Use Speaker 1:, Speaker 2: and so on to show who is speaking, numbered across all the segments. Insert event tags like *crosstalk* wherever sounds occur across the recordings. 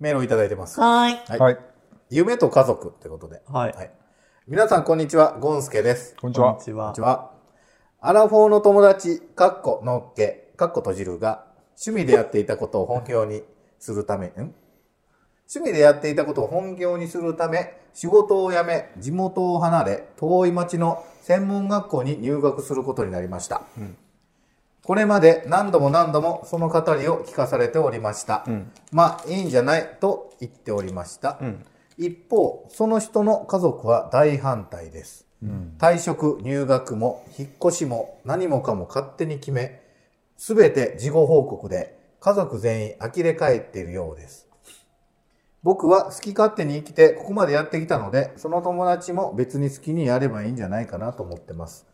Speaker 1: メールをいただいてます。
Speaker 2: はい。
Speaker 1: はい
Speaker 3: はい。
Speaker 1: 夢と家族ってことで。
Speaker 2: はい
Speaker 1: 皆さん、こんにちは。ゴンスケです。
Speaker 3: こんにち
Speaker 2: こん
Speaker 3: は
Speaker 2: に。ち
Speaker 1: こん
Speaker 2: は
Speaker 1: にち。は。アラフォーの友達、かっこのっけ、かっこ閉じるが、趣味でやっていたことを本業にするため、ん趣味でやっていたことを本業にするため、仕事を辞め、地元を離れ、遠い町の専門学校に入学することになりました。これまで何度も何度もその語りを聞かされておりました。まあ、いいんじゃないと言っておりました。一方、その人の家族は大反対です。退職、入学も、引っ越しも、何もかも勝手に決め、すべて事後報告で、家族全員呆れ返っているようです。僕は好き勝手に生きてここまでやってきたので、その友達も別に好きにやればいいんじゃないかなと思ってます。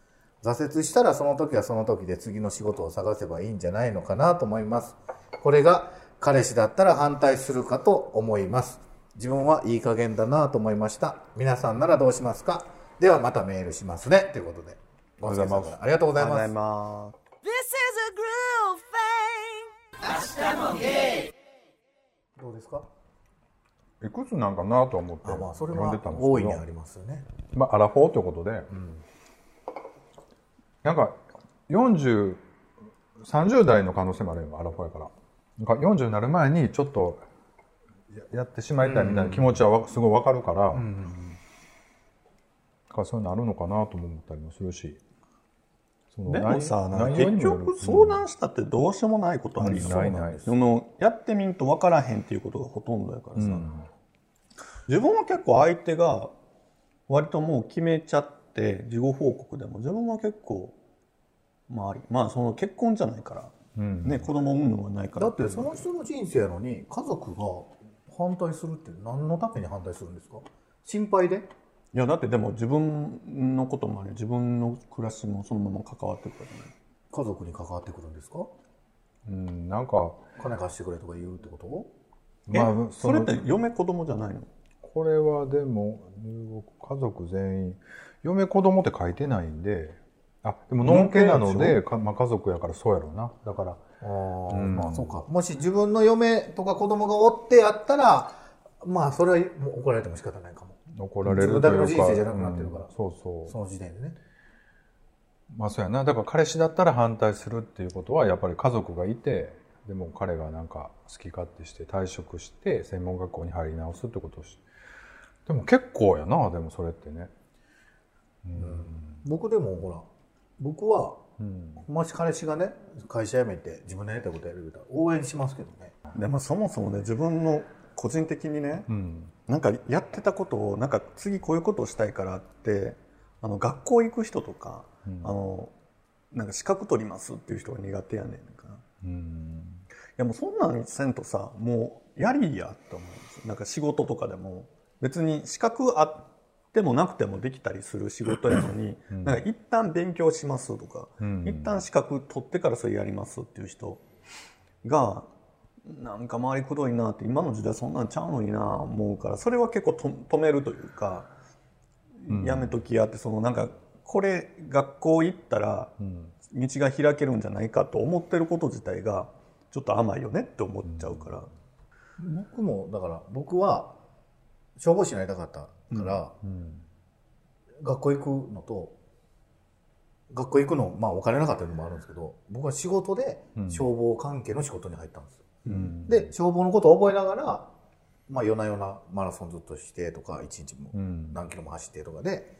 Speaker 1: 挫折したらその時はその時で次の仕事を探せばいいんじゃないのかなと思います。これが彼氏だったら反対するかと思います。自分はいい加減だなと思いました。皆さんならどうしますかではまたメールしますね。ということで。
Speaker 3: ありがとうございます
Speaker 1: ありがとうござい
Speaker 2: あ
Speaker 1: ま
Speaker 2: りがとうござい
Speaker 1: す。
Speaker 2: ます。
Speaker 4: This is a groove thing.
Speaker 1: どうですか
Speaker 3: いくつなんかなと思って
Speaker 1: あまあそれ
Speaker 3: 読んで
Speaker 1: は
Speaker 3: たんですけど。
Speaker 1: 大いにありますよね。
Speaker 3: まあ、アラフォーということで、なんか4030代の可能性もあるよアラフォーやからなんか40になる前にちょっとややってしまいたいみたいな気持ちはわすごいわかるから、だからそういうのあるのかなとも思ったりもするしその
Speaker 5: でもさ、
Speaker 3: 内
Speaker 5: なんか
Speaker 3: 内容
Speaker 5: 結
Speaker 3: にもよる
Speaker 5: 局相談したってどうしようもないことあるよ、
Speaker 3: うんないない
Speaker 5: そのやってみんと分からへんっていうことがほとんどやからさ、自分は結構相手が割ともう決めちゃって事後報告でも自分は結構まあありまあその結婚じゃないから、ね、子供産むのはないから
Speaker 1: だってその人の人生やのに家族が反対するって何のために反対するんですか心配で
Speaker 5: いやだってでも自分のこともある自分の暮らしもそのまま関わってくるからね
Speaker 1: 家族に関わってくるんですか
Speaker 3: うんなんか、
Speaker 1: 金貸してくれとか言うってこと
Speaker 5: え、
Speaker 3: まあ、の
Speaker 5: それって嫁子供じゃないの
Speaker 3: これはでも入国家族全員嫁子供って書いてないんであでものんけなのでか、まあ、家族やからそうやろうなだから
Speaker 1: ああ、まあそうかもし自分の嫁とか子供がおってやったらまあそれはもう怒られても仕方ないかも
Speaker 3: 怒られる
Speaker 1: 自
Speaker 3: とい
Speaker 1: 分
Speaker 3: う
Speaker 1: の
Speaker 3: か
Speaker 1: 人生じゃなくなってるから
Speaker 3: うんそうそう
Speaker 1: その時点でね
Speaker 3: まあそうやなだから彼氏だったら反対するっていうことはやっぱり家族がいてでも彼がなんか好き勝手して退職して専門学校に入り直すってことをしでも結構やなでもそれってね
Speaker 1: 僕でもほら僕は
Speaker 3: うん
Speaker 1: もし彼氏がね会社辞めて自分のやりたいことやるたら応援しますけどね
Speaker 5: でもそもそもね自分の個人的にね、
Speaker 3: うん
Speaker 5: なんかやってたことをなんか次こういうことをしたいからってあの学校行く人とか、あのなんか資格取りますっていう人が苦手やねんかな
Speaker 3: うん
Speaker 5: いやもうそんなんせんとさもうやりやと思うんですよなんか仕事とかでも別に資格あってもなくてもできたりする仕事やのに、なんか一旦勉強しますとか、
Speaker 3: ん
Speaker 5: 一旦資格取ってからそれやりますっていう人がなんか回りくどいなって今の時代そんなんちゃうのにな思うからそれは結構と止めるというか、やめときやってそのなんかこれ学校行ったら道が開けるんじゃないかと思ってること自体がちょっと甘いよねって思っちゃうから、
Speaker 1: 僕もだから僕は消防士になりたかったから、学校行くのと学校行くのまあお金なかったのもあるんですけど僕は仕事で消防関係の仕事に入ったんです、
Speaker 3: うん
Speaker 1: で消防のことを覚えながら、まあ、夜な夜なマラソンずっとしてとか一日も
Speaker 3: うん
Speaker 1: 何キロも走ってとかで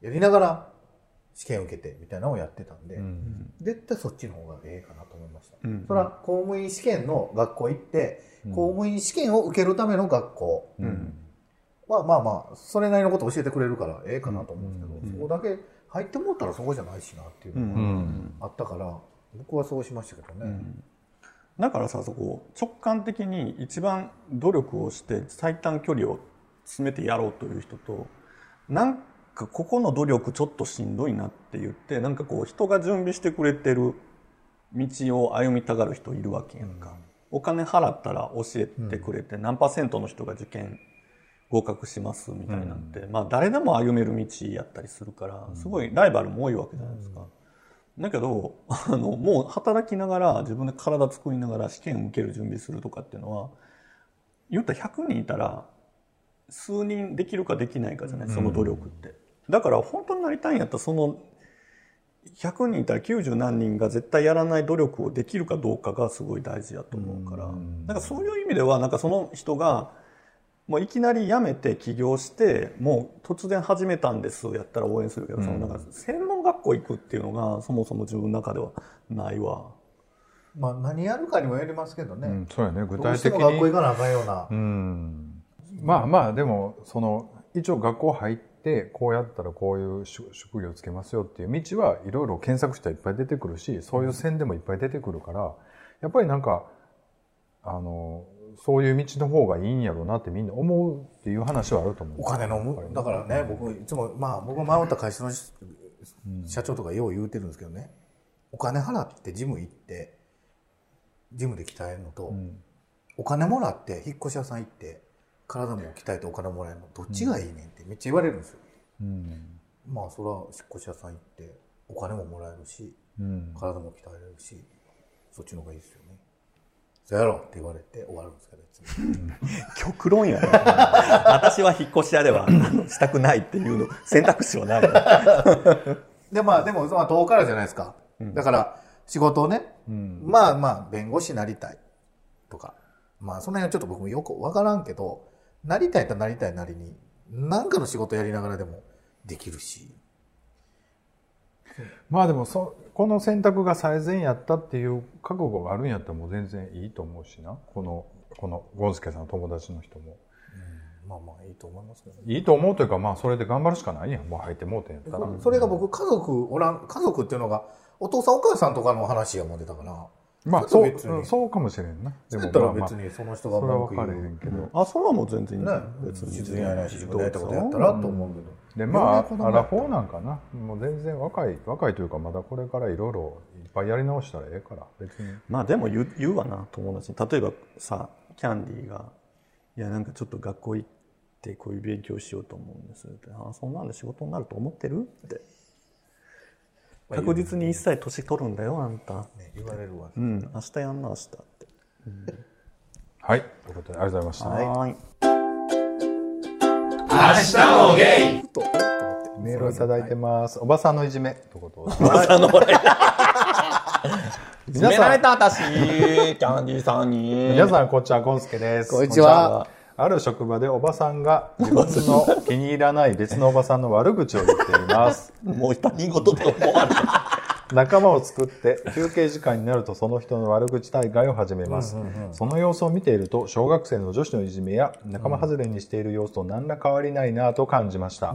Speaker 1: やりながら試験受けてみたいなのをやってたんで、
Speaker 3: うん
Speaker 1: 絶対そっちの方がええかなと思いました、
Speaker 5: うん
Speaker 1: それは公務員試験の学校行って、公務員試験を受けるための学校
Speaker 3: うん
Speaker 1: はまあまあそれなりのこと教えてくれるからええかなと思うんですけど、そこだけ入ってもったらそこじゃないしなっていう
Speaker 3: う
Speaker 1: のが
Speaker 3: ん
Speaker 1: あったから、僕はそうしましたけどね、
Speaker 5: だからさそこ直感的に一番努力をして最短距離を詰めてやろうという人となんかここの努力ちょっとしんどいなって言ってなんかこう人が準備してくれてる道を歩みたがる人いるわけやんか、お金払ったら教えてくれて、何パーセントの人が受験合格しますみたいなんて、まあ誰でも歩める道やったりするからすごいライバルも多いわけじゃないですか。だけどあのもう働きながら自分で体作りながら試験受ける準備するとかっていうのは言ったら100人いたら数人できるかできないかじゃないその努力って、だから本当になりたいんやったらその100人いたら90何人が絶対やらない努力をできるかどうかがすごい大事やと思うから、
Speaker 3: うん
Speaker 5: なんかそういう意味ではなんかその人がもういきなり辞めて起業してもう突然始めたんですやったら応援するけど、そのなんか専門学校行くっていうのがそもそも自分の中ではないわ。
Speaker 1: まあ何やるかにもよりますけどね、
Speaker 3: うん、そうやね具
Speaker 1: どう
Speaker 3: 体
Speaker 1: して
Speaker 3: 的
Speaker 1: も学校行
Speaker 3: に
Speaker 1: かなあかんような、
Speaker 3: うんまあまあでもその一応学校入ってこうやったらこういう職職業つけますよっていう道はいろいろ検索したらいっぱい出てくるしそういう線でもいっぱい出てくるからやっぱりなんかあのそういう道の方がいいんやろうなってみんな思うっていう話はあると思う
Speaker 1: お金の
Speaker 3: やっぱり
Speaker 1: むだからね僕いつもまあ僕は迷った会社のし社長とかよう言うてるんですけどねお金払ってジム行ってジムで鍛えるのと、
Speaker 3: うん
Speaker 1: お金もらって引っ越し屋さん行って体も鍛えてお金もらえるのどっちがいいねんってめっちゃ言われるんですよ、
Speaker 3: うん
Speaker 1: まあそれは引っ越し屋さん行ってお金ももらえるし
Speaker 3: うん
Speaker 1: 体も鍛えれるしそっちの方がいいですよねそうやろうって言われて終わるんですけどいつも
Speaker 5: 極論やね *laughs* 私は引っ越し屋ではあのしたくないっていうの選択肢はないの
Speaker 1: でまあでもまあ遠からじゃないですか、だから仕事をね、
Speaker 3: うん
Speaker 1: まあまあ弁護士なりたいとかまあその辺はちょっと僕もよくわからんけどなりたいとなりたいなりに何かの仕事やりながらでもできるし
Speaker 3: まあでもそこの選択が最善やったっていう覚悟があるんやったらもう全然いいと思うしなこのこのゴンスケさんの友達の人も
Speaker 1: まあまあいいと思いますけどね
Speaker 3: いいと思うというかまあそれで頑張るしかないやんもう入ってもうてんやったら
Speaker 1: それが僕家族おらん家族っていうのがお父さんお母さんとかの話やもんでたから
Speaker 3: まあ
Speaker 1: そ
Speaker 3: そ
Speaker 1: れと別に
Speaker 3: うそうかもしれんな
Speaker 1: そうやったら
Speaker 3: まあ
Speaker 1: 別
Speaker 3: まあ
Speaker 1: にその人が
Speaker 3: それ
Speaker 1: う
Speaker 3: は
Speaker 1: まく
Speaker 3: 分か
Speaker 1: い
Speaker 3: れへ
Speaker 1: く
Speaker 3: んけど
Speaker 5: *laughs* あそれはもう全然いい、
Speaker 1: ね
Speaker 5: 別に
Speaker 1: 自分やりないし自分でやりたいことやったらと思うけど、
Speaker 3: でま
Speaker 1: 子供
Speaker 3: あ
Speaker 1: や
Speaker 3: アラフォーなんかなもう全然若い若いというかまだこれからいろいろいっぱいやり直したらええから別に
Speaker 5: まあでも言う言うわな友達に例えばさキャンディーが「いやなんかちょっと学校行ってこういう勉強しようと思うんです」って「ああそんなんで仕事になると思ってる?」って「確実に一切年取るんだよあんた」
Speaker 1: ね、言われるわ
Speaker 5: う、ん明日やんな明日」って
Speaker 3: はいということでありがとうございました
Speaker 5: はーい
Speaker 1: ふとふと思って
Speaker 3: メールをいただいてますおばさんのいじめということで
Speaker 5: 朝の俺
Speaker 3: 皆
Speaker 5: 決め
Speaker 3: さ
Speaker 5: ら
Speaker 3: ん
Speaker 5: れた私キャンディーさんに
Speaker 3: 皆さん、こんにちは、ゴンスケです。
Speaker 1: こんにちは。
Speaker 3: ある職場でおばさんが自分の気に入らない別のおばさんの悪口を言っています。
Speaker 5: もう他人事と思わ *laughs* ない
Speaker 3: 仲間を作って休憩時間になるとその人の悪口大会を始めます、その様子を見ていると小学生の女子のいじめや仲間外れにしている様子と何ら変わりないなぁと感じました、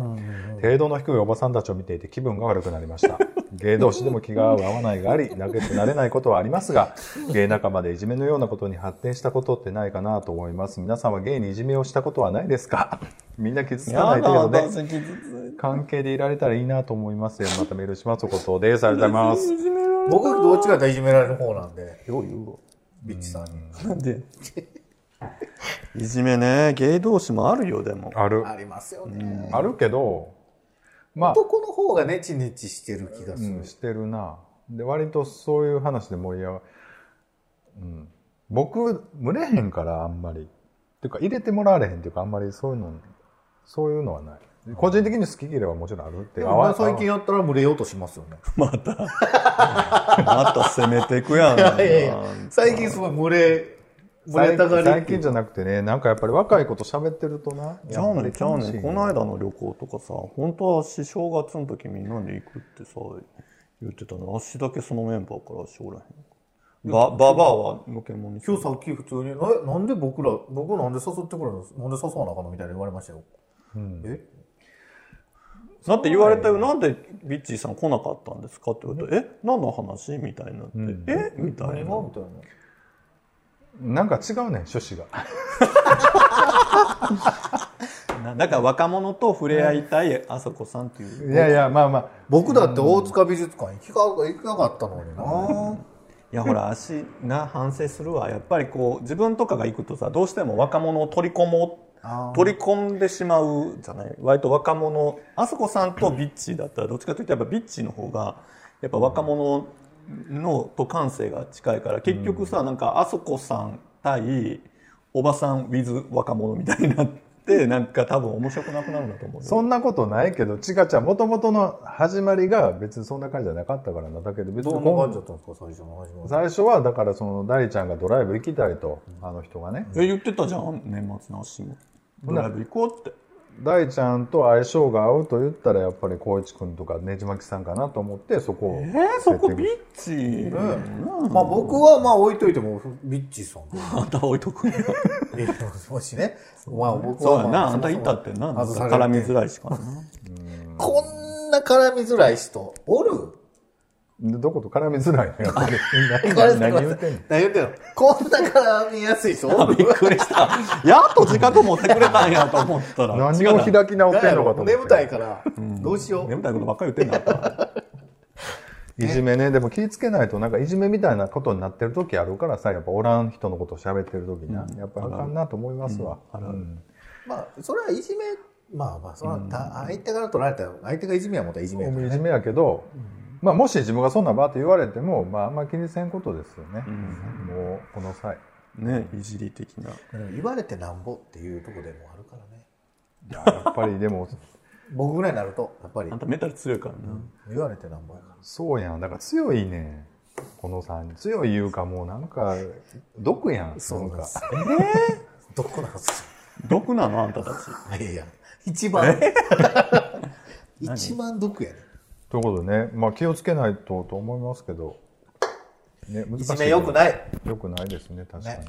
Speaker 3: 程度の低いおばさんたちを見ていて気分が悪くなりました芸同士でも気が合う合わないがあり仲良くなれないことはありますが芸仲間でいじめのようなことに発展したことってないかなと思います皆さんは芸にいじめをしたことはないですか *laughs* みんな傷つかない程度で
Speaker 5: 傷つ
Speaker 3: 関係でいられたらいいなと思いますよ。またメールします。おことです。ありがとうございます。
Speaker 1: 僕どっちかというといじめられる方なんで
Speaker 5: よう言うわ
Speaker 1: ビッチさんに
Speaker 5: なんでいじめね芸同士もあるよでも
Speaker 3: ある。
Speaker 1: ありますよね、
Speaker 3: あるけど、まあ、
Speaker 1: 男の方がネチネチしてる気がす
Speaker 3: う
Speaker 1: る、
Speaker 3: ん、してるな。で、割とそういう話で盛り上がる。うん。僕、群れへんから、あんまり。っていうか、入れてもらわれへんっていうか、あんまりそういうの、そういうのはない。個人的に好き嫌いはもちろんあるって。
Speaker 1: で
Speaker 3: 合
Speaker 1: もま
Speaker 3: わ
Speaker 1: あ最近やったら群れようとします *laughs* よね
Speaker 5: またまた攻めて *laughs* いくやん
Speaker 1: 最近すごい群れ群れ
Speaker 3: 最
Speaker 1: たが
Speaker 3: 近
Speaker 1: り
Speaker 3: 最近じゃなくてね、なんかやっぱり若い子と喋ってるとな。
Speaker 5: ちゃうねんちゃうね
Speaker 3: やっぱり楽しい
Speaker 5: んこの間の旅行とかさ本当は私正月の時みんなで行くってさ言ってたの足だけそのメンバーから足おらへんバババアはのけもんに
Speaker 1: 今日さっき普通に「ななんで僕ら僕なんで誘ってくるのなんで誘わなあかんの?」みたいな言われましたよ、え
Speaker 5: だって言われたよなんでビッチーさん来なかったんですかって言われて「え何の話?」みたいになって「
Speaker 3: ん
Speaker 5: えみたい
Speaker 1: 何
Speaker 5: な
Speaker 1: がみたいな
Speaker 3: なんか違うねん、趣旨が。
Speaker 5: だから若者と触れ合いたいあさこさんっていう
Speaker 3: いやいや、まあまあ。
Speaker 1: 僕だって大塚美術館行きか行けなかったのにない
Speaker 5: やほら足な反省するわやっぱりこう自分とかが行くとさどうしても若者を取り込も
Speaker 1: あ
Speaker 5: う取り込んでしまうじゃない割と若者あそこさんとビッチーだったらどっちかというとやっぱビッチーの方がやっぱ若者のと感性が近いから結局さ、なんかあそこさん対おばさん with 若者みたいになってなんか多分面白くなくなるんだと思うよ
Speaker 3: そんなことないけど、ちかちゃん、もともとの始まりが別にそんな感じじゃなかったからな。だけど別に
Speaker 1: どんな
Speaker 3: こ
Speaker 1: 感
Speaker 3: ん
Speaker 1: じだったんですか、最初の始まり。
Speaker 3: 最初は、だからその、ダリちゃんがドライブ行きたいと、あの人がね。
Speaker 5: え言ってたじゃん年末の足もドライブ行こうって
Speaker 3: 大ちゃんと相性が合うと言ったらやっぱり光一君とかねじまきさんかなと思ってそこを
Speaker 5: えー、そこビッチ、うん
Speaker 1: まあ僕はまあ置いといても、ビッチーさんと。
Speaker 5: あんた置いとくんや
Speaker 1: もしね。まあ僕
Speaker 5: そう
Speaker 1: は
Speaker 5: や
Speaker 1: ま
Speaker 5: なあんたいたってな
Speaker 1: 外されて
Speaker 5: 絡みづらいしかな
Speaker 1: こんな絡みづらい人、おる
Speaker 3: でどこと絡みづらいのやっぱり
Speaker 1: これ
Speaker 3: 何何言ってんの
Speaker 1: 何言ってんのこんな絡みやすい人おる
Speaker 5: びっくりしたやっと自覚持ってくれたんやと思ったら
Speaker 3: 何を開き直ってんのかと思って
Speaker 1: 眠たいから、どうしよう。
Speaker 5: 眠たいことばっかり言ってんだった
Speaker 3: いじめねでも気ぃつけないとなんかいじめみたいなことになってる時あるからさやっぱおらん人のこと喋ってる時な、やっぱあかんなと思いますわ、うん
Speaker 1: まあ、それはいじめ、まあまあ、それはた相手から取られたら、相手がいじめはもたいじめやから
Speaker 3: いじめやけど、まあ、もし自分がそんなバーって言われても、まあ、あんま気にせんことですよね、もうこの際
Speaker 5: ねいじり的な
Speaker 1: でも言われてなんぼっていうとこでもあるからね。
Speaker 3: いややっぱりでも
Speaker 1: 僕ぐらいになると、やっぱり
Speaker 5: あんたメンタル強いからな、
Speaker 1: 言われてなんぼやから。
Speaker 3: そうやん。だから強いねん。この3人。強い言うかもうなんか、毒やん。なんか。
Speaker 1: どこなんです
Speaker 5: 毒なのあんたたち *laughs*
Speaker 1: かいやいや、一番。 *laughs* 一番毒やね。
Speaker 3: ということでね、まあ気をつけないとと思いますけど、ね、難し
Speaker 1: い
Speaker 3: い。。
Speaker 1: じめ良くないい。
Speaker 3: 良くないですね、確かに。
Speaker 1: ね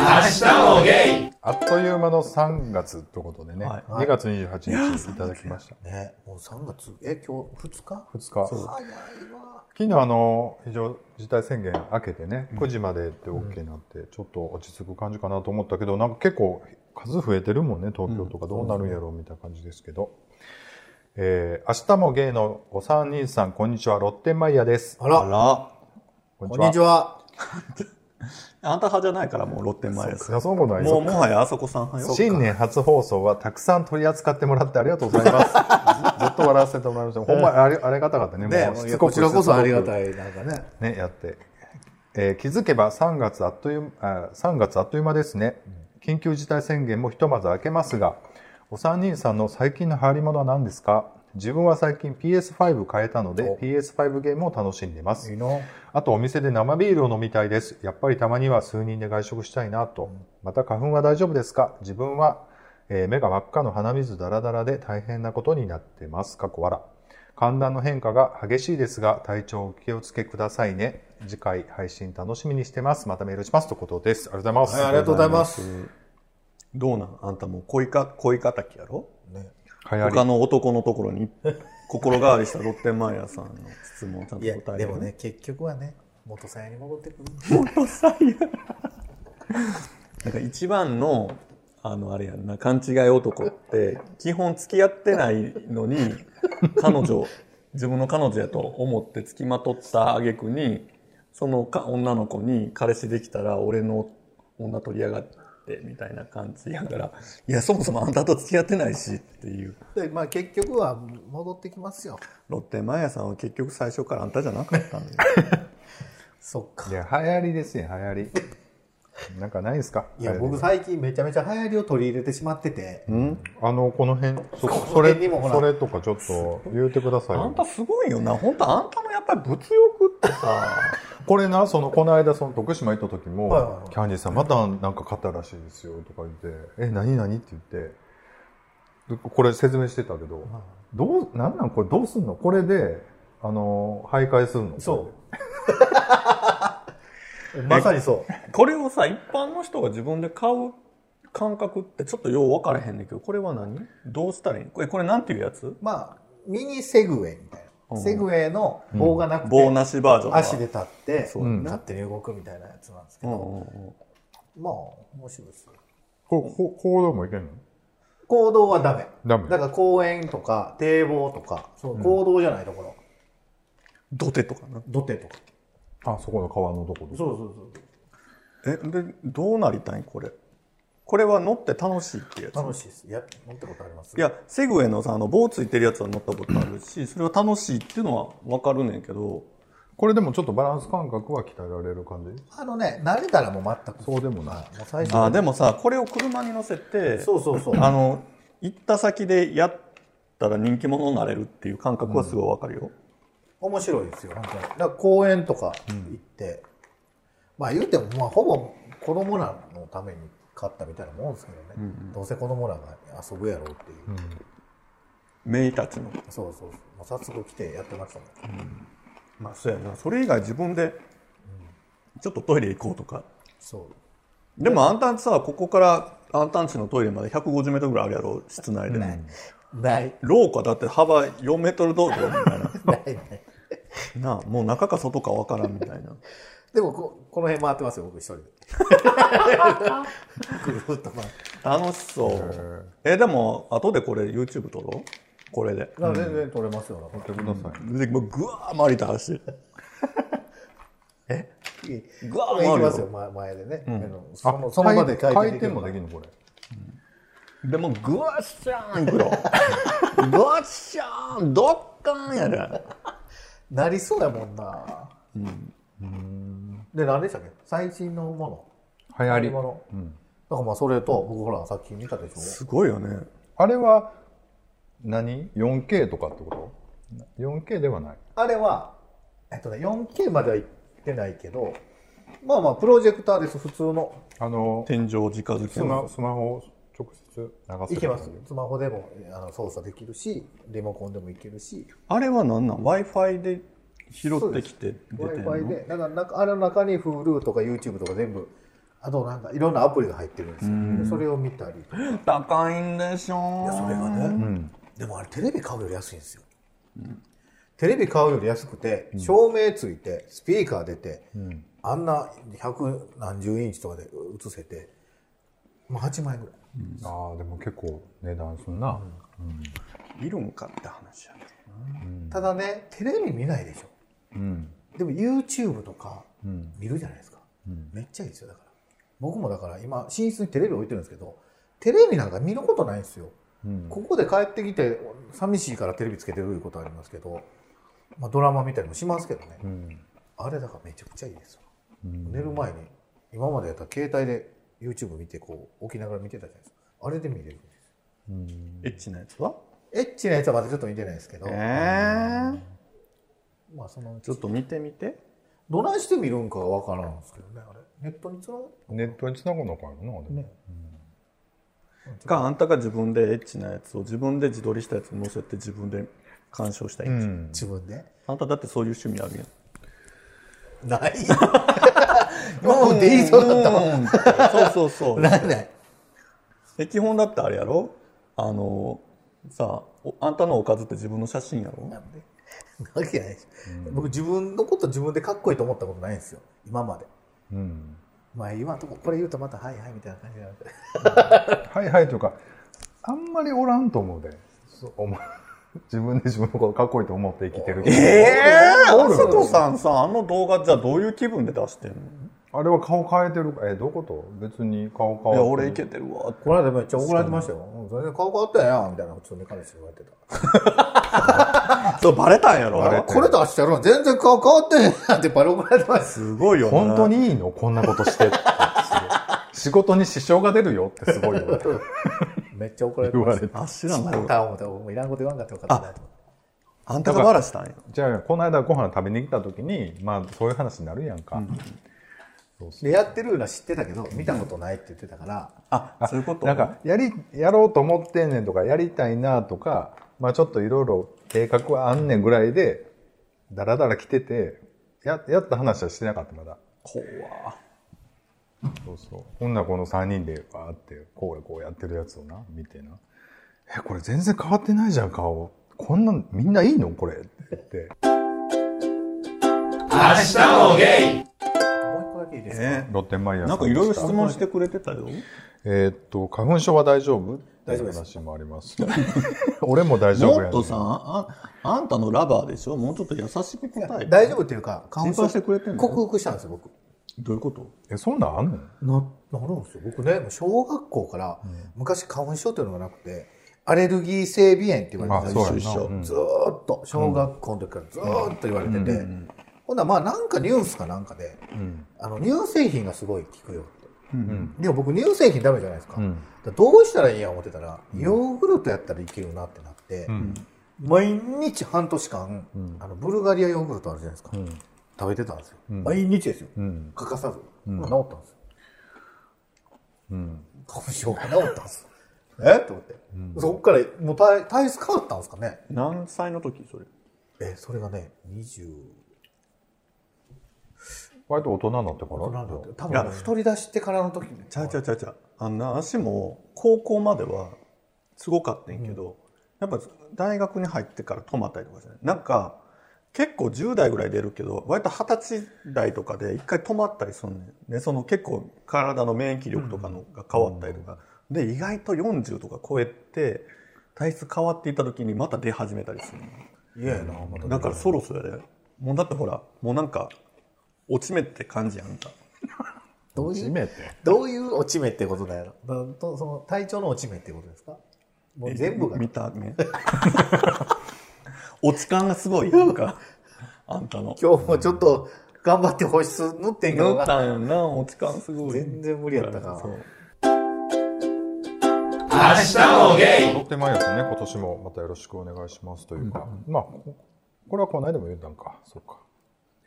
Speaker 3: あっという間の3月ということでね、
Speaker 5: はい
Speaker 3: 2月28日いただきました。
Speaker 1: ね、もう3月、え、今日2日
Speaker 3: 2日。
Speaker 1: 早いわ。
Speaker 3: 昨日あの、非常事態宣言明けてね、9時までって OK になって、ちょっと落ち着く感じかなと思ったけど、なんか結構数増えてるもんね、東京とかどうなるんやろうみたいな感じですけど。えー、明日も芸のお三人さん、こんにちは、ロッテンマイヤーです。
Speaker 1: あら、
Speaker 5: ら
Speaker 3: こ
Speaker 1: こんにちは。
Speaker 5: あんた派じゃないからもうロッテン前です
Speaker 3: いや、そんなことないです
Speaker 5: もうもはやあそこさん派よ
Speaker 3: 新年初放送はたくさん取り扱ってもらってありがとうござい *laughs* ます。ずっと笑わせてもらいました。ほんまにありありがたかったね。
Speaker 1: ね
Speaker 3: もう、し
Speaker 1: い
Speaker 3: つ
Speaker 1: や
Speaker 3: こ
Speaker 1: こ
Speaker 3: く
Speaker 1: ちらこそありが
Speaker 3: しつこく
Speaker 1: たい。なんかね。
Speaker 3: ね、やって、えー気づけば3月あっというあ3月あっという間ですね緊急事態宣言もひとまず明けますがお三人さんの最近の流行り物は何ですか自分は最近 PS5 変えたので PS5 ゲームを楽しんでます
Speaker 1: いいの
Speaker 3: あとお店で生ビールを飲みたいですやっぱりたまには数人で外食したいなとまた花粉は大丈夫ですか自分は、えー目が真っ赤の鼻水だらだらで大変なことになってます過去笑寒暖の変化が激しいですが体調お気をつけくださいね次回配信楽しみにしてますまたメールしますということですありがとうございます、
Speaker 1: はい、ありがとうございます。
Speaker 5: どうなんあんたもう恋か恋敵やろ
Speaker 3: 流行り
Speaker 5: 他の男のところに心変わりしたロッテンマイヤーさんの質問をちゃん
Speaker 1: い
Speaker 5: と
Speaker 1: や、
Speaker 5: 答え
Speaker 1: で
Speaker 5: て
Speaker 1: もね、結局はね、元さんに戻ってくる。
Speaker 5: *laughs* なんか一番のあのあれやんな勘違い男って基本付き合ってないのに彼女 *laughs* 自分の彼女やと思って付きまとった挙句にそのか女の子に彼氏できたら俺の女取りやがってみたいな感じやからいやそもそもあんたと付き合ってないしっていう
Speaker 1: *laughs* で、まあ結局は戻ってきますよ。
Speaker 5: ロッテマイヤさんは結局最初からあんたじゃなかったんだよ *laughs*
Speaker 1: そっか
Speaker 3: い。や流行りですね流行りなんかないですか
Speaker 1: いや、
Speaker 3: 流行り
Speaker 1: 僕最近めちゃめちゃ流行りを取り入れてしまってて、
Speaker 3: あのこの辺そそ
Speaker 1: 辺
Speaker 3: れ
Speaker 1: にもほら
Speaker 3: それとかちょっと言うてくださいよ
Speaker 5: あんたすごいよな本当あんたのやっぱり物欲ってさ
Speaker 3: これなそのこの間その徳島行った時も、
Speaker 1: はいはいはい
Speaker 3: キャンディーさんまたなんか買ったらしいですよとか言って「え何何?」って言ってでこれ説明してたけど、どうなんなんこれどうすんのこれであの徘徊するの
Speaker 1: *laughs* そうまさにそう。
Speaker 5: これをさ一般の人が自分で買う感覚ってちょっとよう分からへんねんけどこれは何どうしたらいいこれこれなんていうやつ
Speaker 1: まあ、ミニセグウェイみたいな。セグウェイの棒がなくて、
Speaker 5: 棒なしバージョンは
Speaker 1: 足で立って、
Speaker 5: そううだ
Speaker 1: ん
Speaker 5: ね
Speaker 1: 勝手に動くみたいなやつなんですけ
Speaker 5: う
Speaker 1: ど、
Speaker 5: んうんうん
Speaker 1: まあ、面白いですよ。
Speaker 3: こうこう行動もいけんの
Speaker 1: 行動はダメ。
Speaker 3: ダメ
Speaker 1: だから公園とか、堤防とか、そう行動じゃないところ、
Speaker 5: 土手とかな
Speaker 1: 土手とか。
Speaker 3: あそこの川のところ
Speaker 1: そうそう
Speaker 5: えでどうなりたいんこれこれは乗って楽しいってやつ
Speaker 1: そう。楽しいです。いや、乗ったことあります
Speaker 5: いやセグウェイのさあの棒ついてるやつは乗ったことあるしそれは楽しいっていうのは分かるねんけど
Speaker 3: これでもちょっとバランス感覚は鍛えられる感じ
Speaker 1: あのね、慣れたらもう全く。
Speaker 3: そうでもない
Speaker 1: もう最初
Speaker 5: あーでもさこれを車に乗せて
Speaker 1: そうそうそう。
Speaker 5: あの行った先でやったら人気者になれるっていう感覚はすごいわかるよ、
Speaker 1: 面白いですよ、本当に。だから公園とか行って、まあ言うても、まあほぼ子供らのために買ったみたいなもんですけどね。どうせ子供らが遊ぶやろうっていう。
Speaker 5: メイたちの
Speaker 1: そうそうそう。もう早速来てやってましたもん。
Speaker 5: まあそうやなそれ以外自分でちょっとトイレ行こうとか
Speaker 1: そう。
Speaker 5: でもあんたんちさここからあんたんちのトイレまで 150m ぐらいあるやろ室内で、
Speaker 1: ない。
Speaker 5: 廊下だって幅4メートルどうぞみたいな
Speaker 1: ない *laughs* ない。
Speaker 5: なあもう中か外かわからんみたいな
Speaker 1: でもこ、この辺回ってますよ、僕一 *laughs* 人で。ぐるーっと回って。
Speaker 5: 楽しそうえでも後でこれ YouTube 撮ろうこれで
Speaker 1: だから全然取れますよ、
Speaker 3: やってください、
Speaker 5: でもうぐわー回りた足
Speaker 1: ぐ行きますよ、
Speaker 5: わー回るよ
Speaker 1: 前前でね。あの
Speaker 3: あ
Speaker 1: そのその場で
Speaker 3: 回
Speaker 1: 回転でき
Speaker 3: 転
Speaker 1: る
Speaker 3: もできるのこれ
Speaker 5: でもぐわっしゃーんいくよぐわっしゃーんどっかんやで
Speaker 1: なりそうやもんな。で、何でしたっけ最新のもの。
Speaker 3: 流行り
Speaker 1: 買い物だからまあそれと、僕ほら、さっき見たでしょ。
Speaker 5: すごいよね
Speaker 3: あれは何 4K とかってこと 4K ではない
Speaker 1: あれは、えっとね、4K までは行ってないけど、まあまあ、プロジェクターです、普通の。
Speaker 3: あの
Speaker 5: 天井近づき
Speaker 3: スマ
Speaker 5: の
Speaker 3: スマホを直接流せる
Speaker 1: いけます。スマホでもあの操作できるし、リモコンでもいけるし、
Speaker 5: あれは何なん w i f i で拾ってきて出てんの
Speaker 1: Wi-Fi で、だから中あれの中に Hulu とか YouTube とか全部、あとなんかいろんなアプリが入ってるんですよ。それを見たりとか。
Speaker 5: 高いんでしょ
Speaker 1: いやそれがね、でもあれテレビ買うより安いんですよ、テレビ買うより安くて照明ついてスピーカー出て、あんな百何十インチとかで映せて、まあ、8万円ぐらい
Speaker 3: ああでも結構値段すんな、
Speaker 5: いるんかって話やね
Speaker 1: ただねテレビ見ないでしょ、でも YouTube とか見るじゃないですか、めっちゃいいですよだから僕もだから今寝室にテレビ置いてるんですけどテレビなんか見ることないんですよ、ここで帰ってきて寂しいからテレビつけてるいうことはありますけど、まあ、ドラマ見たりもしますけどね、あれだからめちゃくちゃいいですよ、寝る前に今までやったら携帯で YouTube 見てこう置きながら見てたじゃないですかあれで見れるんです
Speaker 5: エッチなやつは
Speaker 1: エッチなやつはまだちょっと見てないですけど、
Speaker 5: えー、
Speaker 1: まあそのうち
Speaker 5: ちょっと見てみて
Speaker 1: どないして見るんかがわからんですけどね、あれ。ネットにつながる
Speaker 3: ネットにつなぐのかなでも、
Speaker 5: かあんたが自分でエッチなやつを自分で自撮りしたやつに載せて自分で鑑賞したい、
Speaker 3: うん
Speaker 1: 自分で。
Speaker 5: あんただってそういう趣味ある
Speaker 1: *laughs*
Speaker 5: やん
Speaker 1: ない。もうでいいそうだったわ。
Speaker 5: ったそうそうそう
Speaker 1: ないない。
Speaker 5: え基本だってあれやろあのさおあんたのおかずって自分の写真やろ
Speaker 1: なんで。なわけないし。僕自分のこと自分でかっこいいと思ったことないんですよ。今まで。
Speaker 3: うん、
Speaker 1: まあ今のとここれ言うとまたはいはいみたいな感じになる。
Speaker 3: はいはいというかあんまりおらんと思うでお前 *laughs* 自分で自分のことかっこいいと思って生きてるけど、
Speaker 5: え
Speaker 1: おる
Speaker 5: 佐藤さんさあの動画じゃあどういう気分で出してんの
Speaker 3: あれは顔変えてるかえどういうこと別に顔変
Speaker 5: いや
Speaker 3: わ
Speaker 5: 俺い
Speaker 3: っ
Speaker 5: け
Speaker 3: てる
Speaker 5: てるわって
Speaker 1: この間めっちゃ怒られてましたよ。うん全然顔変わったやんみたいな普通に彼氏言われてた。
Speaker 5: そうバレたんやろ
Speaker 3: バレ
Speaker 1: これ出してやるの全然顔変わってへんやんってバレ怒られてます。
Speaker 5: すごいよね
Speaker 3: 本当にいいのこんなことしてってすごい仕事に支障が出るよってすごい言われて
Speaker 1: めっちゃ怒られて
Speaker 3: 言
Speaker 1: ま
Speaker 3: わ
Speaker 1: す
Speaker 3: れ。て
Speaker 5: あ知らん
Speaker 1: あ
Speaker 5: わ
Speaker 1: んた思ったらもういらんこと言わんかったらよかったなと思って。
Speaker 5: あんたがバラしたんや
Speaker 3: じゃあこの間ご飯食べに来た時にまあそういう話になるやんか、
Speaker 1: でやってるのは知ってたけど見たことないって言ってたから、
Speaker 5: あそういうこと
Speaker 3: なんかやりやろうと思ってんねんとかやりたいなとか、まあ、ちょっといろいろ計画はあんねんぐらいでだらだら来ててややった話はしてなかったまだ
Speaker 5: 怖
Speaker 3: そうそうほんならこの3人でバーってこうやこうやってるやつをな見てな「えこれ全然変わってないじゃん顔こんなんみんないいのこれ」って言って
Speaker 1: もう一個だけいいですか、
Speaker 5: え
Speaker 3: ロッテンマイヤー
Speaker 5: な
Speaker 3: さ
Speaker 5: ん
Speaker 3: んで
Speaker 5: かい
Speaker 3: した
Speaker 5: ろいろ質問してくれてたよ
Speaker 3: えーっと花粉症は大丈夫っていう話もあります *laughs* 俺も大丈夫や
Speaker 5: もっとさああんたのラバーでしょもうちょっと優しく答えて
Speaker 1: 大丈夫っていうか
Speaker 5: 心配してくれてんの
Speaker 1: 克服したんですよ僕
Speaker 5: どういうこと
Speaker 3: えそんなんあんの
Speaker 1: ななるんですよ僕ねもう小学校から昔花粉症っていうのがなくてアレルギー性鼻炎って言われてたんですよ
Speaker 3: あそうやな
Speaker 1: ずーっと小学校の時からずーっと言われてて、ほんならまあなんかニュースかなんかで、
Speaker 3: うん
Speaker 1: あの、乳製品がすごい効くよって。
Speaker 3: うん
Speaker 1: でも僕乳製品ダメじゃないですか。
Speaker 3: う
Speaker 1: だか
Speaker 3: ん
Speaker 1: らどうしたらいいや思ってたら、ヨーグルトやったらいけるなってなって、
Speaker 3: うん
Speaker 1: 毎日半年間、
Speaker 3: うん
Speaker 1: あの、ブルガリアヨーグルトあるじゃないですか。
Speaker 3: うん
Speaker 1: 食べてたんですよ。
Speaker 3: うん
Speaker 1: 毎日ですよ。
Speaker 3: うん
Speaker 1: 欠かさず。
Speaker 3: うん
Speaker 1: まあ治ったんですよ。
Speaker 3: うん
Speaker 1: 花粉症が治ったんですよ。えと思って。そっから、もう体体質変わったんですかね。
Speaker 5: 何歳の時それ
Speaker 1: え、それがね、20、
Speaker 3: 割と大人になってから
Speaker 1: そうなんだよ多
Speaker 5: いや
Speaker 1: 分太り出してからの時に
Speaker 5: ちゃうちゃうちゃうちゃうあんな足も高校まではすごかったんやけど、やっぱ大学に入ってから止まったりとかじゃないなんか結構10代ぐらい出るけど割と二十歳代とかで一回止まったりすんねんねその結構体の免疫力とかのが変わったりとか、で意外と40とか超えて体質変わっていった時にまた出始めたりするの
Speaker 1: 嫌やなまた
Speaker 5: だからそろそろやでもうだってほらもうなんか落ち目って感じやんか
Speaker 1: どう
Speaker 3: 初
Speaker 1: いう
Speaker 3: めて
Speaker 1: どういう落ち目ってことだよだとその体調の落ち目ってことですかもう全部が
Speaker 5: え見た *laughs* 目落ち感がすごいなんかあんたの
Speaker 1: 今日もちょっと頑張って保湿塗ってんけど
Speaker 5: 塗
Speaker 1: な
Speaker 5: ったんよな落ち感すごい
Speaker 1: 全然無理やったか
Speaker 5: そう
Speaker 3: 戻ってまいりますね今年もまたよろしくお願いしますというか、まあここれはこの間も言ったんかそうか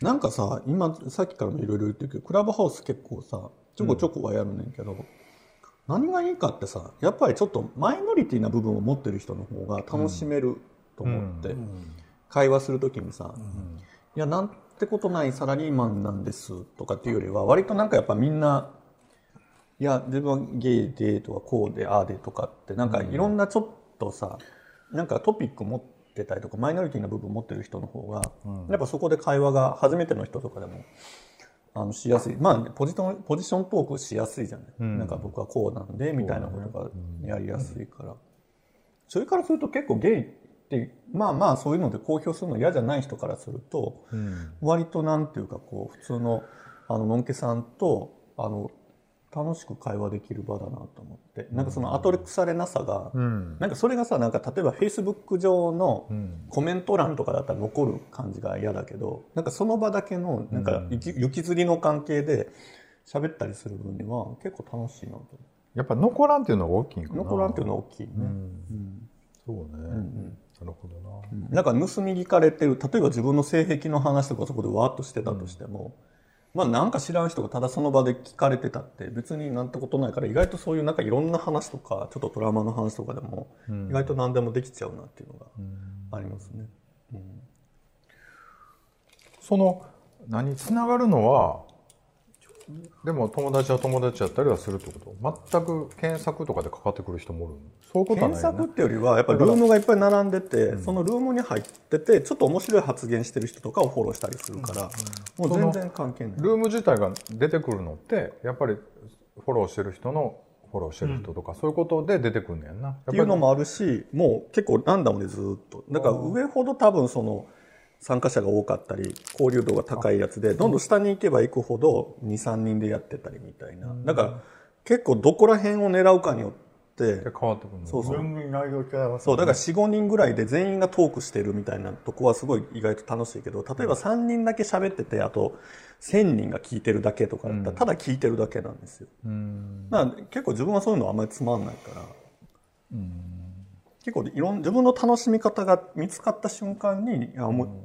Speaker 5: なんかさ今さっきからもいろいろ言ってるけどクラブハウス結構さちょこちょこはやるねんけど、何がいいかってさやっぱりちょっとマイノリティな部分を持ってる人の方が楽しめると思って、会話する時にさ、いやなんてことないサラリーマンなんですとかっていうよりは割となんかやっぱみんないや自分はゲイでとかこうでああでとかってなんかいろんなちょっとさ、なんかトピック持ってたりとかマイノリティな部分持ってる人の方が、やっぱそこで会話が初めての人とかでもあのしやすいまあポジトンポジショントークしやすいじゃない、
Speaker 3: ん
Speaker 5: なんか僕はこうなんでみたいなことがやりやすいから、それからすると結構ゲイってまあまあそういうので公表するの嫌じゃない人からすると、
Speaker 3: うん
Speaker 5: 割となんていうかこう普通のあののんけさんとあの楽しく会話できる場だなと思ってなんかそのアトレックされなさが、
Speaker 3: うん
Speaker 5: なんかそれがさなんか例えばフェイスブック上の
Speaker 3: ん
Speaker 5: コメント欄とかだったら残る感じが嫌だけどなんかその場だけのなんか行き行きずりの関係で喋ったりする分には結構楽しいなと思
Speaker 3: やっぱ残らんっていうのが大きいんか
Speaker 5: う
Speaker 3: な
Speaker 5: 残らんっていうのは大きいね。
Speaker 3: うん
Speaker 5: うん
Speaker 3: そうね、
Speaker 5: ん
Speaker 3: なるほどな、
Speaker 5: なんか盗み聞かれてる例えば自分の性癖の話とかそこでわーっとしてたとしても、まあなんか知らん人がただその場で聞かれてたって別になんてことないから意外とそういうなんかいろんな話とかちょっとトラウマの話とかでも
Speaker 3: ん
Speaker 5: 意外と何でもできちゃうなっていうの
Speaker 3: うん
Speaker 5: がありますね。
Speaker 3: その何つながるのはでも友達は友達やったりはするってこと全く検索とかでかかってくる人もおるのそういうことはな
Speaker 5: 検
Speaker 3: いよ
Speaker 5: 索っ
Speaker 3: ね
Speaker 5: ていうよりはやっぱりルームがいっぱい並んでて、そのルームに入っててちょっと面白い発言してる人とかをフォローしたりするから、もう全然関係ない。
Speaker 3: ルーム自体が出てくるのってやっぱりフォローしてる人のフォローしてる人とか、そういうことで出てくるんだよなやっ
Speaker 5: っ
Speaker 3: ぱ
Speaker 5: て
Speaker 3: り
Speaker 5: いうのもあるしもう結構ランダムでずーっとだから上ほど多分その参加者が多かったり交流度が高いやつでどんどん下に行けば行くほど23人でやってたりみたいなだから結構どこら辺を狙うかによって
Speaker 3: 変わってくるの
Speaker 5: そうそう
Speaker 1: 全然内容違います
Speaker 5: そうだから45人ぐらいで全員がトークしてるみたいなとこはすごい意外と楽しいけど例えば3人だけ喋っててあと1000人が聞いてるだけとかだったらただ聞いてるだけなんですよ。
Speaker 3: うん
Speaker 5: まあ、結構自分はそういうのあんまりつまんないから、結構いろん自分の楽しみ方が見つかった瞬間にいやおも、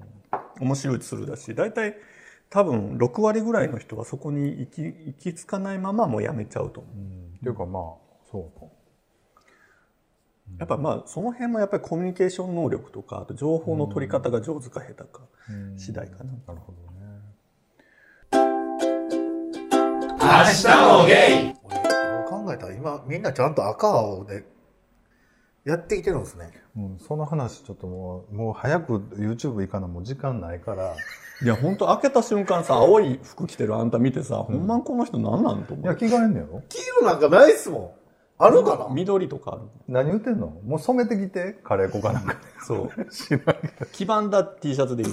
Speaker 5: 面白いツールだし大体多分6割ぐらいの人はそこに行き行き着かないままもうやめちゃうと思う、
Speaker 3: っていうかまあそうか
Speaker 5: やっぱまあその辺もやっぱりコミュニケーション能力とかあと情報の取り方が上手か下手か次第かな、
Speaker 3: なるほどね
Speaker 1: 俺よう考えたら今みんなちゃんと赤青でやってきてるんですね
Speaker 3: うん、その話ちょっともう、もう早く YouTube 行かなもう時間 *laughs* ないから。
Speaker 5: いや本当開けた瞬間さ青い服着てるあんた見てさ、ほんまこの人何なんと
Speaker 3: い
Speaker 5: 思
Speaker 3: や、
Speaker 5: う
Speaker 3: 着替えんのやろ
Speaker 1: 黄色なんかないっすもんあるかな
Speaker 5: 緑とかある
Speaker 3: 何言ってんのもう染めてきて、カレー粉かなんか。
Speaker 5: そう
Speaker 3: 知らんけど。
Speaker 5: 黄ばんだ T シャツでいい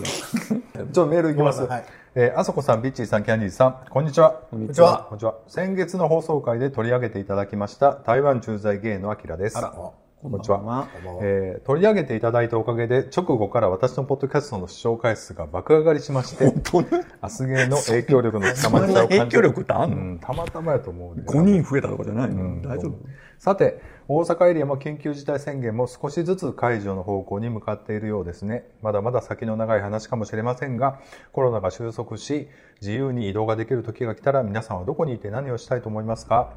Speaker 5: や
Speaker 3: *laughs* ちょ、メールいきます。
Speaker 1: ごめんなさい
Speaker 3: えーあそこさん、ビッチーさん、キャンディーさん、こんにちは。
Speaker 5: こんに
Speaker 1: ちは
Speaker 3: こんにちは。先月の放送回で取り上げていただきました、台湾駐在ゲイのアキラです。
Speaker 1: あ
Speaker 5: こ
Speaker 3: んちは
Speaker 5: んばんは。
Speaker 1: こんばんは
Speaker 3: えー取り上げていただいたおかげで、直後から私のポッドキャストの視聴回数が爆上がりしまして、
Speaker 5: 本当に
Speaker 3: アスゲーの影響力の
Speaker 5: そ
Speaker 3: 凄
Speaker 5: ん
Speaker 3: ま
Speaker 5: な
Speaker 3: じさを感
Speaker 5: 影
Speaker 3: じ
Speaker 5: 響力ってあ
Speaker 3: うん
Speaker 5: の、
Speaker 3: ん、たまたまやと思うね
Speaker 5: ?5 人増えたとかじゃないの、
Speaker 3: うん
Speaker 5: 大丈夫
Speaker 3: さて、大阪エリアも緊急事態宣言も少しずつ解除の方向に向かっているようですね。まだまだ先の長い話かもしれませんが、コロナが収束し、自由に移動ができる時が来たら皆さんはどこにいて何をしたいと思いますか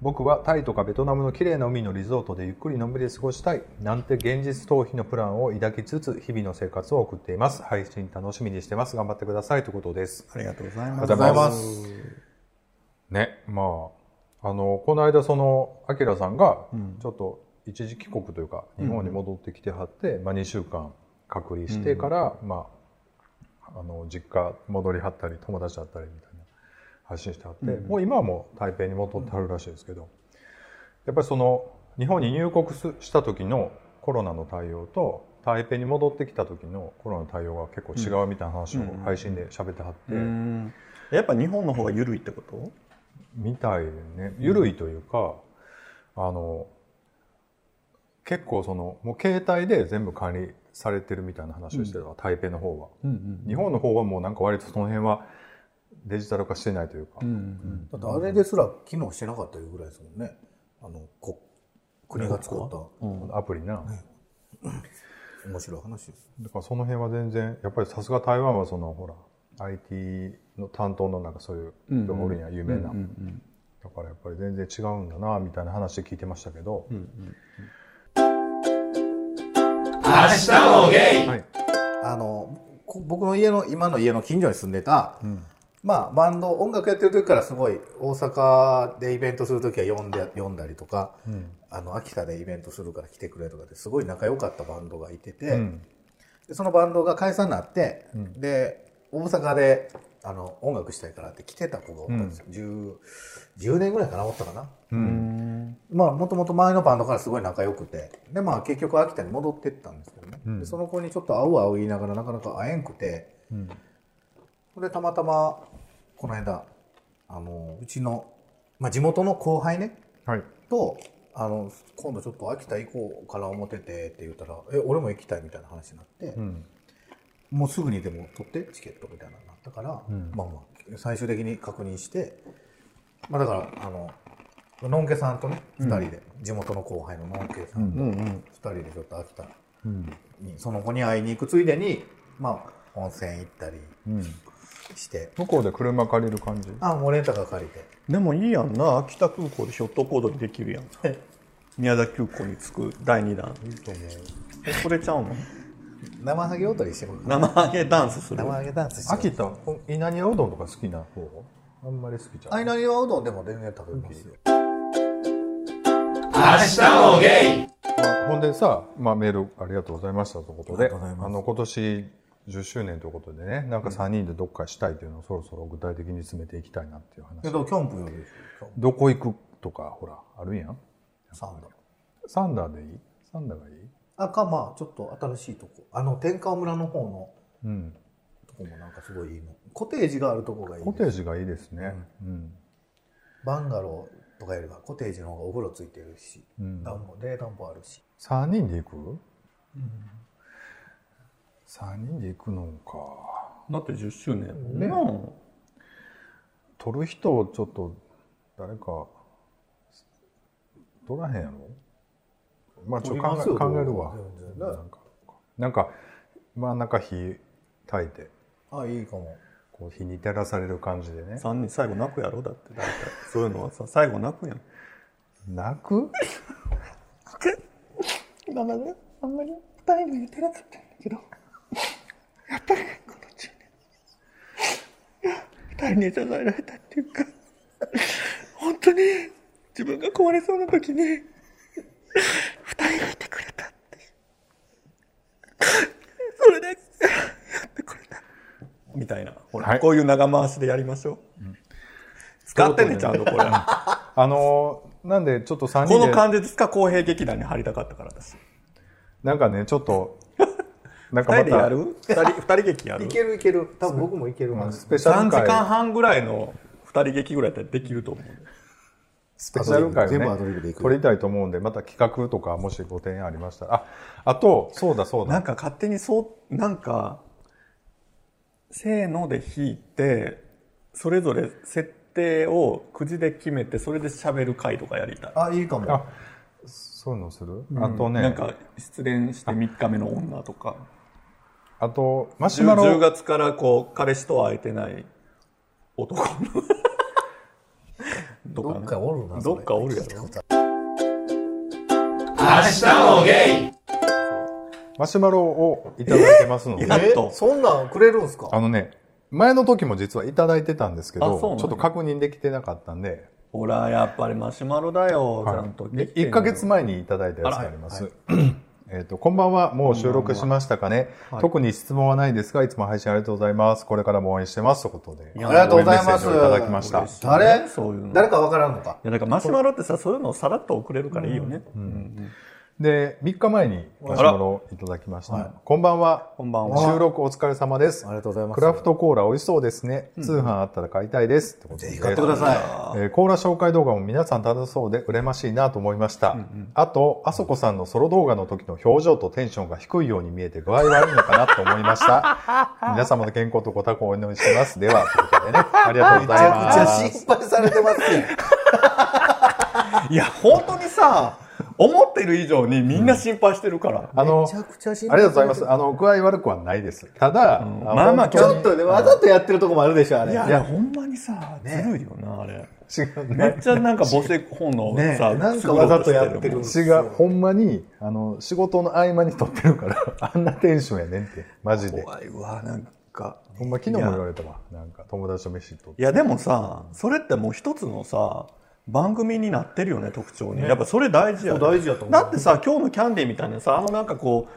Speaker 3: 僕はタイとかベトナムの綺麗な海のリゾートでゆっくりのんびり過ごしたいなんて現実逃避のプランを抱きつつ日々の生活を送っています。配信楽しみにしてます。頑張ってくださいということです。
Speaker 5: ありがとうございます。
Speaker 1: ありがとうございます
Speaker 3: ねまああのこの間そのアキラさんがちょっと一時帰国というか日本に戻ってきてはって、まあ、2週間隔離してから、まあ、あの実家戻りはったり友達だったりみたいな発信してはって、もう今はもう台北に戻ってはるらしいですけど、やっぱりその日本に入国すした時のコロナの対応と台北に戻ってきた時のコロナの対応が結構違うみたいな話を配信で喋ってはっ
Speaker 5: う
Speaker 3: て。
Speaker 5: んやっぱ日本の方が緩いってこと
Speaker 3: みたいね緩いというか、あの結構そのもう携帯で全部管理されてるみたいな話をしてた、台北の方は、日本の方はもうなんか割とその辺はデジタル化してないというか、
Speaker 1: だってあれですら機能してなかったいうぐらいですもんね。あの、こ国が作った
Speaker 3: アプリな、
Speaker 1: 面白い話です。
Speaker 3: だからその辺は全然やっぱりさすが台湾はそのほら IT の担当のなんかそういう人がおるんや有名な、だからやっぱり全然違うんだなみたいな話聞いてましたけど、はい、
Speaker 1: あの、こ僕の家の、今の家の近所に住んでた、まあ、バンド、音楽やってる時からすごい、大阪でイベントする時は呼んで、呼んだりとか、あの、秋田でイベントするから来てくれとかですごい仲良かったバンドがいてて、
Speaker 3: ん
Speaker 1: でそのバンドが解散になって、で、大阪で、あの、音楽したいからって来てた子がおったんですよ。10、10年ぐらいかな、おったかな。まあ、もともと前のバンドからすごい仲良くて、で、まあ、結局秋田に戻ってったんですけどね。でその子にちょっと会う会う言いながらなかなか会えんくて、それでたまたま、この間、あの、うちの、まあ、地元の後輩ね、
Speaker 3: はい
Speaker 1: と、あの、今度ちょっと秋田行こうから思っててって言ったら、え、俺も行きたいみたいな話になって、
Speaker 3: ん
Speaker 1: もうすぐにでも取って、チケットみたいなのになったから、まあまあ、最終的に確認して、まあだから、あの、のんけさんとね、二人で、地元の後輩ののんけさんと、二人でちょっと秋田に、その子に会いに行くついでに、まあ、温泉行ったりして、
Speaker 3: 向こうで車借りる感じ
Speaker 1: あ、もうレンタカー借りて、
Speaker 5: でもいいやんな秋田空港でショット行動できるやん宮崎空港に着く第2弾えそれちゃうの
Speaker 1: 生ハゲ踊りしてもらうかな
Speaker 5: 生揚げダンスする
Speaker 1: 生ハゲダンスしてもらう
Speaker 3: 秋田稲庭うどんとか好きな方あんまり好きじゃ
Speaker 1: ア
Speaker 3: ない
Speaker 1: イナリワうどんでも全然食べますよ。
Speaker 3: まあほんでさ、まあ、メールありがとうございましたということで
Speaker 1: ありがとうございます
Speaker 3: の今年10周年ということでねなんか3人でどっかしたいというのをそろそろ具体的に詰めていきたいなっていう話、
Speaker 1: けど、キャンプより、キャン
Speaker 3: どこ行くとかほらあるやん
Speaker 1: プサンダー。
Speaker 3: サンダーでいいサンダーがいい
Speaker 1: あか、まあ、ちょっと新しいとこ。あの、天川村の方の
Speaker 3: うん
Speaker 1: とこもなんかすごいいいの。コテージがあるとこがいい
Speaker 3: コ
Speaker 1: ね、
Speaker 3: テージがいいですねうん、
Speaker 1: バンガローとかよりはコテージの方がお風呂ついてるし、
Speaker 3: うん
Speaker 1: 暖房、冷暖房あるし。
Speaker 3: 3人で行く、3人で行くのか
Speaker 5: だって10周年
Speaker 3: ね
Speaker 5: うん
Speaker 3: 撮る人をちょっと誰か撮らへんやろまあちょっと考
Speaker 1: 撮りま
Speaker 3: え
Speaker 1: すよ
Speaker 3: 考えるわ
Speaker 1: 全然ね
Speaker 3: なんかなんかまあなんか火焚いて
Speaker 1: あ、いいかも。
Speaker 3: こう火に照らされる感じでね
Speaker 5: 3人最後泣くやろだって大体そういうのはさ最後泣くやん
Speaker 3: 泣く
Speaker 2: 今まであんまり答えに言ってなかったんだけど、 *laughs* やっぱりこの10年、二人に支えられたっていうか、本当に自分が壊れそうな時に、二人がいてくれたっていう。それだけやってくれた。
Speaker 5: みたいなほら、
Speaker 3: はい
Speaker 5: こういう長回しでやりましょう、使ってねちゃんとこれこ
Speaker 3: あのーなんでちょっと3人
Speaker 5: の
Speaker 3: で
Speaker 5: 感じで塚公平劇団に入りたかったからだし
Speaker 3: なんかねちょ
Speaker 5: *laughs*
Speaker 3: っとなんか
Speaker 5: 2
Speaker 3: ま
Speaker 5: 人でや
Speaker 3: た
Speaker 5: る 2, 人 *laughs* 二人劇やる
Speaker 1: いけるいける。多分僕もいける
Speaker 3: ま
Speaker 1: は
Speaker 3: あ
Speaker 1: ず
Speaker 3: スペシャ
Speaker 5: 3
Speaker 3: ル
Speaker 5: 時間
Speaker 3: 回
Speaker 5: 半ぐらいの2人劇ぐらいだったらできると思う
Speaker 1: ス
Speaker 3: ペシャル回をね
Speaker 1: 全部アドリブでいく。
Speaker 3: 撮りたいと思うんで、また企画とかもしご提案ありましたら。あ、あと、そうだそうだ。
Speaker 5: なんか勝手にそう、なんか、せーので弾いて、それぞれ設定をくじで決めて、それで喋る回とかやりたい。
Speaker 1: あ、いいかも。
Speaker 3: あ、そういうのする、あとね、
Speaker 5: なんか、失恋して3日目の女とか。
Speaker 3: あと、マシュマ
Speaker 5: 10,
Speaker 3: ロ、
Speaker 5: 月からこう、彼氏とは会えてない男の。
Speaker 1: どっかおるな。
Speaker 5: どっかおるやろ
Speaker 3: マシュマロをいただいてますので、
Speaker 5: えやっと
Speaker 1: えそんなんくれるんすか
Speaker 3: あのね、前の時も実はいただいてたんですけ
Speaker 5: あ
Speaker 3: ど、
Speaker 5: そうなんや
Speaker 3: ちょっと確認できてなかったんで、
Speaker 5: ほら、やっぱりマシュマロだよ、
Speaker 3: はい
Speaker 5: ちゃんと。
Speaker 3: で1ヶ月前にいただいたやつがあります。
Speaker 1: あ
Speaker 3: えっと、こんばんは、もう収録しましたかね。
Speaker 5: はい
Speaker 3: 特に質問はないですが、いつも配信ありがとうございます。これからも応援してます。ということで。
Speaker 5: や
Speaker 1: ありがとうございます。
Speaker 3: 応援メッセージをいただきました。
Speaker 5: しい
Speaker 1: 誰
Speaker 5: そういうの
Speaker 1: 誰かわからんのか。
Speaker 5: いや、だからマシュマロってさ、そういうのをさらっと送れるからいいよね。うんうん
Speaker 3: で、3日前にマシュマロをいただきました。こんばんは。
Speaker 5: こんばんは。
Speaker 3: 収録お疲れ様です。
Speaker 1: ありがとうございます。
Speaker 3: クラフトコーラ美味しそうですね。通販あったら買いたいです。ってことで
Speaker 1: ぜひ買ってくださ
Speaker 3: えーコーラ紹介動画も皆さん楽しそうで羨ましいなと思いました。あと、あそこさんのソロ動画の時の表情とテンションが低いように見えて具合悪いのかなと思いま
Speaker 5: *laughs*
Speaker 3: した。皆様の健康とご多幸をお祈りしてます。では、ということでね、ありがとう
Speaker 1: い。
Speaker 3: ご
Speaker 1: め
Speaker 3: ざ
Speaker 1: ちゃ
Speaker 3: い
Speaker 1: くちゃ
Speaker 3: ます。
Speaker 1: 心配されてますよ。
Speaker 5: いや、本当にさ、思ってる以上にみんな心配してるから。
Speaker 3: あの、
Speaker 1: めちゃくちゃ心
Speaker 3: あ
Speaker 1: 配
Speaker 3: り
Speaker 1: されて
Speaker 3: がとうございます。あの、具合悪くはないです。ただ、
Speaker 5: まあまあ
Speaker 3: 本
Speaker 1: ち
Speaker 3: 当に
Speaker 1: ょっとね、わざとやってるとこもあるでしょ、あれ。
Speaker 5: いや、いやほんまにさ、ずるいよな、あれ。
Speaker 3: 違う
Speaker 5: め
Speaker 3: ね。
Speaker 5: っちゃなんか母性本能
Speaker 1: ね
Speaker 5: さ、
Speaker 1: なんかわざとやってる。
Speaker 3: 私がほんまに、あの、仕事の合間に撮ってるから、あんなテンションやねんって、マジで。
Speaker 5: 怖いわ、なんか。
Speaker 3: ほんま昨日も言われたわ。なんか、友達と飯と
Speaker 5: いや、でもさ、それってもう一つのさ、番組になってるよね、特徴に。やっぱそれ大事やね
Speaker 1: 大事やと思
Speaker 5: だ
Speaker 1: う。
Speaker 5: ってさ、今日のキャンディーみたいなさ、あのなんかこ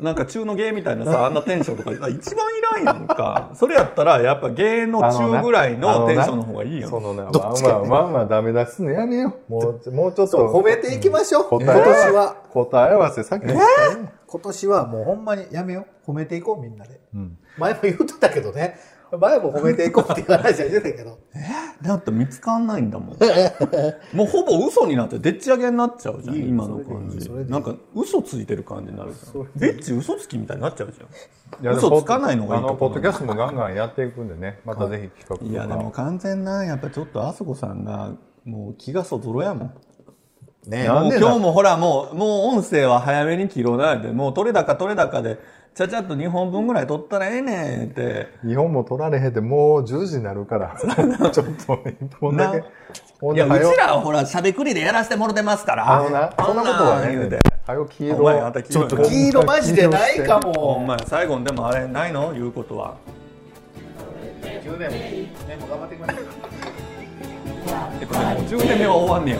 Speaker 5: う、なんか中の芸みたいなさ、あんなテンションとか、一番いらんやんか。それやったら、やっぱ芸の中ぐらいのテンションの方がいいやん。
Speaker 3: そのな、
Speaker 1: どっちかやね
Speaker 3: まあまあ、まあまあダメ出すのやめよう。もう、もうちょっと。
Speaker 1: 褒めていきましょう。
Speaker 3: 答
Speaker 1: 今
Speaker 3: え
Speaker 1: 年は、
Speaker 3: 答え合わせさっきの
Speaker 1: 今年はもうほんまにやめよう。褒めていこう、みんなで。
Speaker 3: うん
Speaker 1: 前も言ってたけどね。前も褒めていこうっていう話はしてたけど。
Speaker 5: だって見つかんないんだもん。もうほぼ嘘になって、でっち上げになっちゃうじゃん、
Speaker 1: いいよ
Speaker 5: 今の感
Speaker 1: それでいい
Speaker 5: じ。
Speaker 1: それでいい
Speaker 5: なんか嘘ついてる感じになるじゃん。でっち嘘つきみたいになっちゃうじ
Speaker 3: い
Speaker 5: ゃん。
Speaker 3: や
Speaker 5: 嘘つかないのがいい
Speaker 3: あ
Speaker 5: と
Speaker 3: の、ポッ
Speaker 5: 思
Speaker 3: ド
Speaker 5: う
Speaker 3: キャストもガンガンやっていくんでね、またぜひ企
Speaker 5: いや、
Speaker 3: 画
Speaker 5: でも
Speaker 3: とか。
Speaker 5: 完全な、やっぱちょっとあそこさんが、もう気がそぞろやもん。
Speaker 1: ね
Speaker 5: もう
Speaker 3: でな
Speaker 5: 今日もほらもう、もう音声は早めに切ろうなで、もう取れ高取れ高で、ちゃちゃっと2本分ぐらい取ったらええねんって。
Speaker 3: 日本も取られへんで、もう10時になるから、ちょっと一本だけ
Speaker 5: な。
Speaker 3: ほん
Speaker 5: い
Speaker 3: で
Speaker 5: や、う
Speaker 3: 早う
Speaker 5: ちらはほら、しゃべくりでやらせてもろてますから。
Speaker 3: あのな、そんなことは
Speaker 5: 言う
Speaker 3: ね
Speaker 5: て。、
Speaker 3: はよ黄
Speaker 5: お前あん
Speaker 3: 色
Speaker 5: た。黄色いな
Speaker 1: *laughs* 黄色マジでないか
Speaker 5: お
Speaker 1: も。
Speaker 5: 前、最後にでもあれ、ないの言うことは。
Speaker 1: 10年も、ね、もう頑張っていきましょう。
Speaker 5: えっとね、もう10年目は終わんねや。